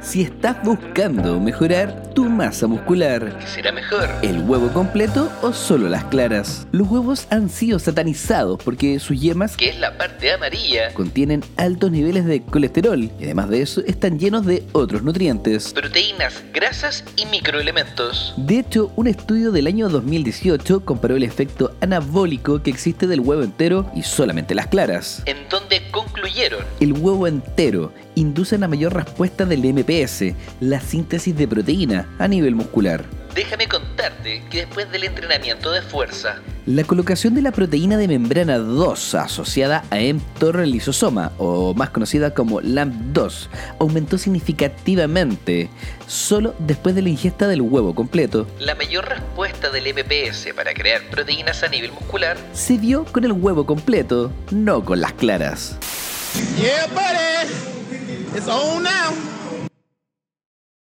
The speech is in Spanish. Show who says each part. Speaker 1: Si estás buscando mejorar tu masa muscular,
Speaker 2: ¿Qué será mejor?
Speaker 1: ¿El huevo completo o solo las claras? Los huevos han sido satanizados porque sus yemas
Speaker 2: Que es la parte amarilla.
Speaker 1: contienen altos niveles de colesterol y además de eso están llenos de otros nutrientes.
Speaker 2: Proteínas, grasas y microelementos.
Speaker 1: De hecho, un estudio del año 2018 comparó el efecto anabólico que existe del huevo entero y solamente las claras.
Speaker 2: En donde concluyeron
Speaker 1: El huevo entero induce la mayor respuesta del MPS, la síntesis de proteína a nivel muscular.
Speaker 2: Déjame contarte que después del entrenamiento de fuerza,
Speaker 1: La colocación de la proteína de membrana 2 asociada a mTOR en el lisosoma, o más conocida como LAMP2, aumentó significativamente solo después de la ingesta del huevo completo.
Speaker 2: la mayor respuesta del MPS para crear proteínas a nivel muscular
Speaker 1: Se dio con el huevo completo, no con las claras.
Speaker 3: Yeah, buddy. It's on now.